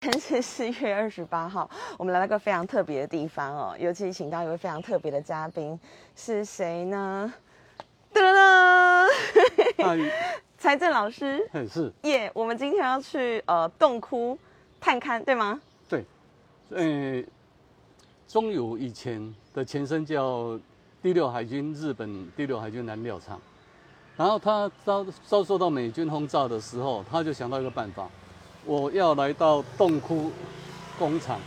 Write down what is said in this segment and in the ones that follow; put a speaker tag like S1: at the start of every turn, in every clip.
S1: 今天是四月二十八号，我们来到个非常特别的地方哦，尤其请到一位非常特别的嘉宾，是谁呢？噔噔 噔，
S2: 大鱼，
S1: 财政老师
S2: 嘿，哎是，
S1: 耶我们今天要去呃洞窟探勘，对吗？
S2: 对，呃，中油以前的前身叫第六海军日本第六海军燃料厂，然后他遭遭受到美军轰炸的时候，他就想到一个办法，我要来到洞窟工厂，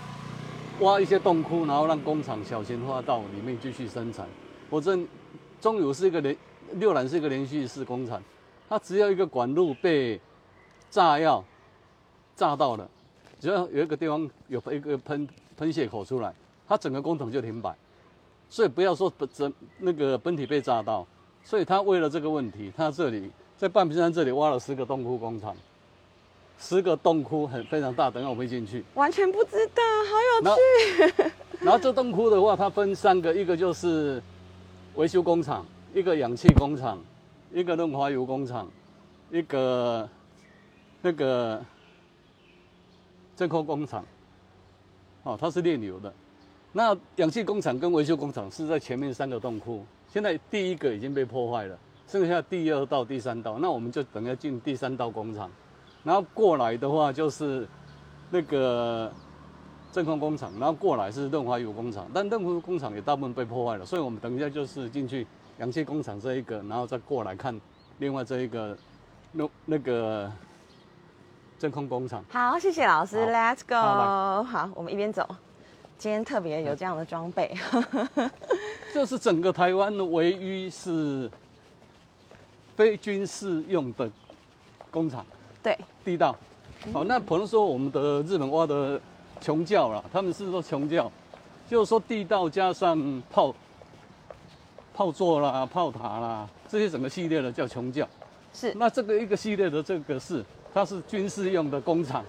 S2: 挖一些洞窟，然后让工厂小型化到里面继续生产。我这中油是一个连六兰是一个连续式工厂，它只要一个管路被炸药炸到了。只要有一个地方有一个喷喷泄口出来，它整个工程就停摆。所以不要说本整那个本体被炸到，所以他为了这个问题，他这里在半屏山这里挖了十个洞窟工厂，十个洞窟很非常大，等一下我会进去。
S1: 完全不知道，好有
S2: 然后
S1: 趣。，
S2: 然后这洞窟的话，它分三个，一个就是维修工厂，一个氧气工厂，一个润滑油工厂，一个那个真空工厂。哦，它是炼油的。那氧气工厂跟维修工厂是在前面三个洞窟，现在第一个已经被破坏了，剩下第二道、第三道，那我们就等要进第三道工厂，然后过来的话就是那个真空工厂，然后过来是润滑油工厂，但润滑油工厂也大部分被破坏了，所以我们等一下就是进去氧气工厂这一个，然后再过来看另外这一个那那个真空工厂。
S1: 好，谢谢老师
S2: 好
S1: ，Let's go
S2: 好
S1: 好。
S2: 吧
S1: 我们一边走。今天特别有这样的装备，
S2: 这是整个台湾唯一是非军事用的工厂
S1: 对，
S2: 地道。好、那可能说我们的日本挖的穷教啦，他们是说穷教，就是说地道加上炮炮座啦、炮塔啦这些整个系列的叫穷教。
S1: 是
S2: 那这个一个系列的这个是，它是军事用的工厂，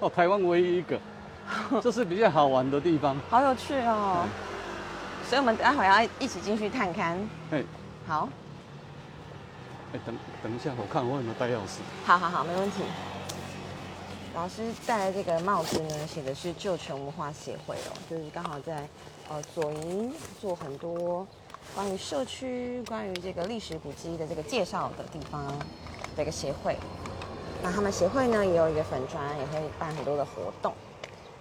S2: 哦，台湾唯一 一个，这是比较好玩的地方。
S1: 好有趣哦。所以我们待会要一起进去探勘。
S2: 哎
S1: 好，
S2: 哎，等等一下，我看我有没有带钥匙。
S1: 好好好，没问题。老师戴的这个帽子呢，写的是旧城文化协会哦，就是刚好在呃左营做很多关于社区、关于这个历史古迹的这个介绍的地方的一个协会。那他们协会呢也有一个粉砖，也会办很多的活动，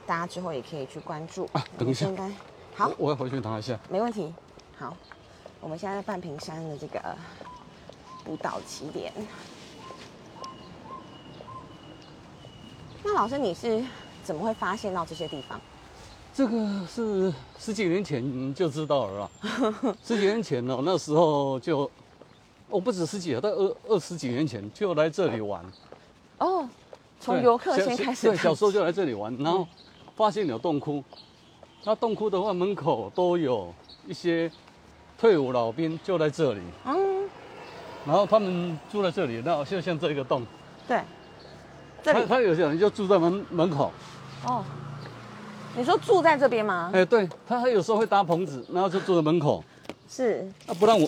S1: 大家之后也可以去关注。
S2: 啊等一下
S1: 我们现在好，
S2: 我我要回去拿一下。
S1: 没问题。好，我们现在在半屏山的这个舞蹈起点。那老师，你是怎么会发现到这些地方？
S2: 这个是十几年前就知道了啦， 十几年前哦，那时候就，我、不止十几啊，到二二十几年前就来这里玩。
S1: 哦，从
S2: 对
S1: 游客
S2: 小
S1: 先
S2: 小
S1: 开始
S2: 对，
S1: 看
S2: 小时候就来这里玩，然后发现有洞窟，那洞窟的话门口都有一些退伍老兵就在这里，
S1: 嗯，
S2: 然后他们住在这里，那就像这一个洞，
S1: 对，这
S2: 他
S1: 里
S2: 他有些人就住在门门口，
S1: 哦。你说住在这边吗？
S2: 哎，对他还有时候会搭棚子，然后就住在门口，
S1: 是，
S2: 啊不让我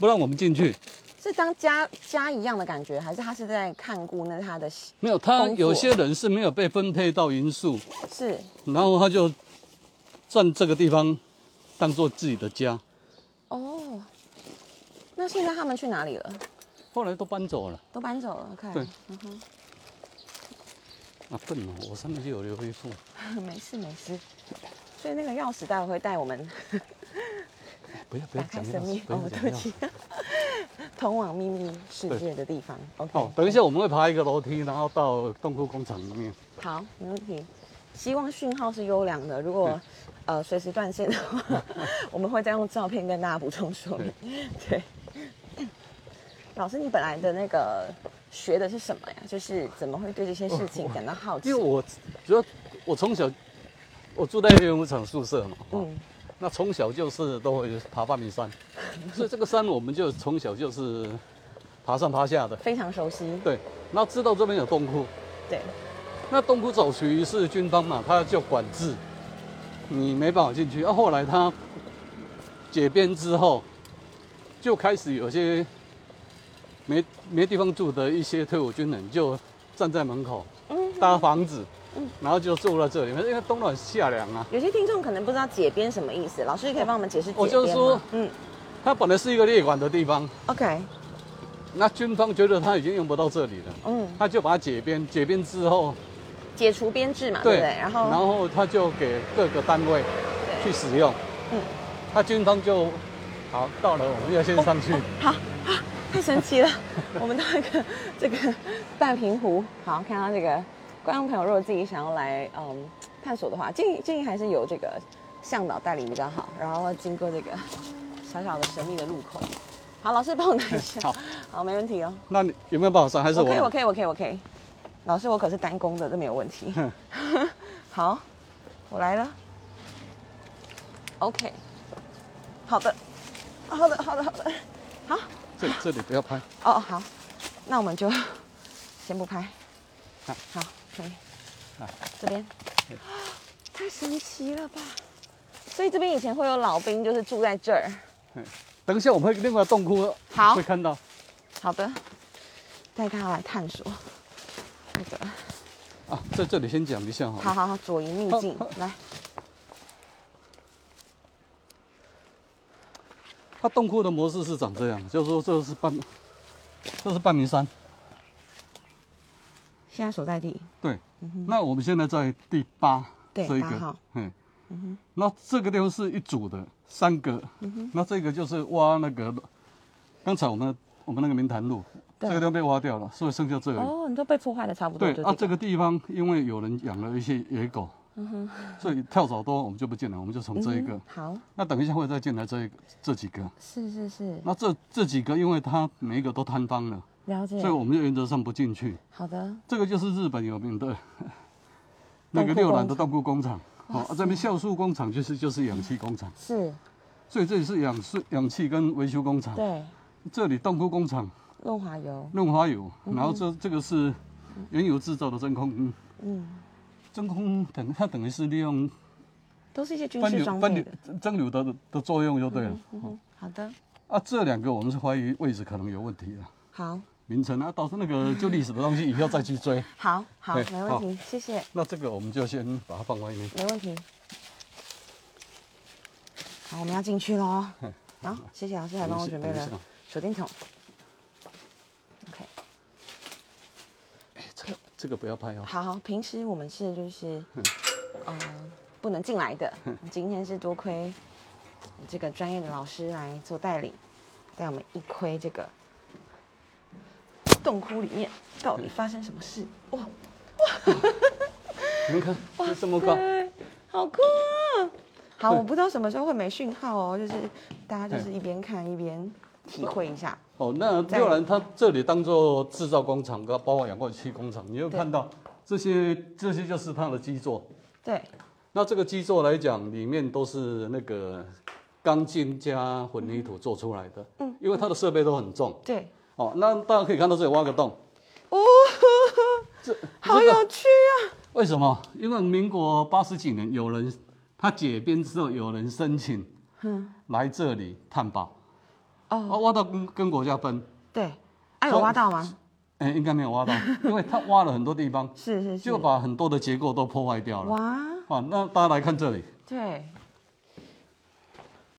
S2: 不让我们进去。
S1: 是当家家一样的感觉，还是他是在看顾那是他的习
S2: 没有，他
S1: 工作
S2: 有些人是没有被分配到云宿，
S1: 是
S2: 然后他就占这个地方当做自己的家，
S1: 哦？那现在他们去哪里了？
S2: 后来都搬走了。
S1: 都搬走了，OK。
S2: 对啊，笨哦，我上面就有留一副。
S1: 没事没事，所以那个钥匙待会会带我 们
S2: 不要不
S1: 打
S2: 要
S1: 开
S2: 讲
S1: 神秘
S2: 钥匙，不
S1: 哦
S2: 要，
S1: 对 不
S2: 讲钥匙
S1: 起。，通往秘密世界的地方。
S2: 哦
S1: OK，，
S2: 等一下我们会爬一个楼梯，然后到洞窟工厂里面。
S1: 好，没问题。希望讯号是优良的，如果呃随时断线的 话，我们会再用照片跟大家补充说明。 对，老师，你本来的那个学的是什么呀？就是怎么会对这些事情感到好奇
S2: 哦因为？我主要我从小我住在原武厂宿舍嘛，嗯，
S1: 嗯，
S2: 那从小就是都会爬半米山， 所以这个山我们就从小就是爬上爬下的。
S1: 非常熟悉。
S2: 对，然后知道这边有洞窟，
S1: 对，
S2: 那洞窟走属于是军方嘛，他就管制，你没办法进去。啊，后来他解编之后，就开始有些没没地方住的一些退伍军人就站在门口
S1: 嗯
S2: 搭房子，然后就住到这里面，因为冬暖夏凉啊。
S1: 有些听众可能不知道解编什么意思，老师可以帮我们解释解编
S2: 我就是
S1: 吗
S2: 说
S1: 嗯
S2: 它本来是一个列管的地方，
S1: ，OK，
S2: 那军方觉得它已经用不到这里了，
S1: 嗯，
S2: 他就把它解编，解编之后，
S1: 解除编制嘛，对不对？然后，
S2: 然后他就给各个单位去使用，
S1: 嗯
S2: 嗯，他军方就好到了，我们要先上去，
S1: 好啊，太神奇了！ 我们到一个这个半平湖，好看到这个观众朋友，如果自己想要来嗯探索的话，建议建议还是有这个向导带领比较好，然后经过这个小小的神秘的路口。好，老师帮我拿一下，
S2: 好，
S1: 好，没问题哦。
S2: 那你有没有办法上？还是
S1: 我
S2: 我？
S1: 可以，我可以，我可以，我可以。老师，我可是单工的，这没有问题。 好，我来了。OK，好的，好的，好的，好的，好。
S2: 这这里不要拍，
S1: 哦，好，那我们就 先不拍。
S2: 好
S1: 好，可以
S2: 好。
S1: 这边
S2: 可以
S1: 太神奇了吧！所以这边以前会有老兵，就是住在这儿。
S2: 哎等一下我们会另外洞窟
S1: 好
S2: 会看到，
S1: 好的，带大家来探索。那个，
S2: 啊，在这里先讲一下
S1: 好
S2: 哈。
S1: 好好，左移秘境
S2: 好好，
S1: 来，
S2: 它洞窟的模式是长这样，就是说这是半，这是半明山。
S1: 现在所在地，
S2: 对，那我们现在在第八
S1: 嗯对
S2: 这一
S1: 八
S2: 个
S1: 号，
S2: 嗯，那这个地方是一组的三个，
S1: 嗯
S2: 那这个就是挖那个，刚才我们我们那个明潭路，这
S1: 对
S2: 个地方被挖掉了，所以剩下这个。
S1: 哦，你都被破坏的差不多。
S2: 对
S1: 就
S2: 啊，这个地方因为有人养了一些野狗， 所以跳蚤多，我们就不进来，我们就从这一个
S1: 嗯。好，
S2: 那等一下会再进来这一个这几个，
S1: 是是是，
S2: 那这这几个因为它每一个都坍方了，
S1: 了解
S2: 所以。我们就原则上不进去。
S1: 好的，
S2: 这个就是日本有名的那
S1: 洞
S2: 个
S1: 窟
S2: 六
S1: 工
S2: 兰的洞窟 工厂。好、啊，这边酵素工厂就是就是氧气工厂，
S1: 是，
S2: 所以这里是氧素氧气跟维修工厂。
S1: 对，
S2: 这里洞窟工厂
S1: 润滑油，
S2: 润滑油，然后这这个是原油制造的真空，
S1: 嗯，
S2: 真空等它等于是利用
S1: 都是一些军
S2: 分
S1: 事
S2: 流
S1: 装
S2: 分
S1: 备
S2: 流
S1: 的。
S2: 蒸馏的的作用就对了。
S1: 嗯哼，好的，
S2: 啊，这两个我们是怀疑位置可能有问题啊，
S1: 好。
S2: 名称啊，到时候那个就历史的东西以后再去追。
S1: 好好，
S2: 对
S1: 没问题，谢谢，
S2: 那这个我们就先把它放外面。
S1: 没问题。好，我们要进去喽。
S2: 嗯
S1: 好，谢谢老师还帮我准备
S2: 等一下
S1: 了手电筒。OK，
S2: 哎这个这个不要拍哦。
S1: 好好，平时我们是就是，呃，不能进来的。今天是多亏这个专业的老师来做带领，带我们一窥这个洞窟里面到底发生什么事。哇，
S2: 你们看，就这么高，
S1: 对，啊好酷啊！好，我不知道什么时候会没讯号哦，就是大家就是一边看一边体会一下。
S2: 哦，那
S1: 在
S2: 六兰它这里当做制造工厂，包括氧化气工厂，你会看到这些这些就是它的基座。
S1: 对，
S2: 那这个基座来讲，里面都是那个钢筋加混凝土做出来的，嗯，因为它的设备都很重。
S1: 对，
S2: 哦，那大家可以看到这里挖个洞，
S1: 哦，
S2: 这
S1: 好
S2: 这个
S1: 有趣啊！
S2: 为什么？因为民国八十几年有人他解编之后，有人申请，嗯，来这里探宝，
S1: 哦
S2: 啊，挖到跟跟国家分，
S1: 对，哎，有挖到吗？
S2: 哎、应该没有挖到，因为他挖了很多地方，
S1: 是是是
S2: 就，把很多的结构都破坏掉了。
S1: 哇，
S2: 啊，那大家来看这里，
S1: 对，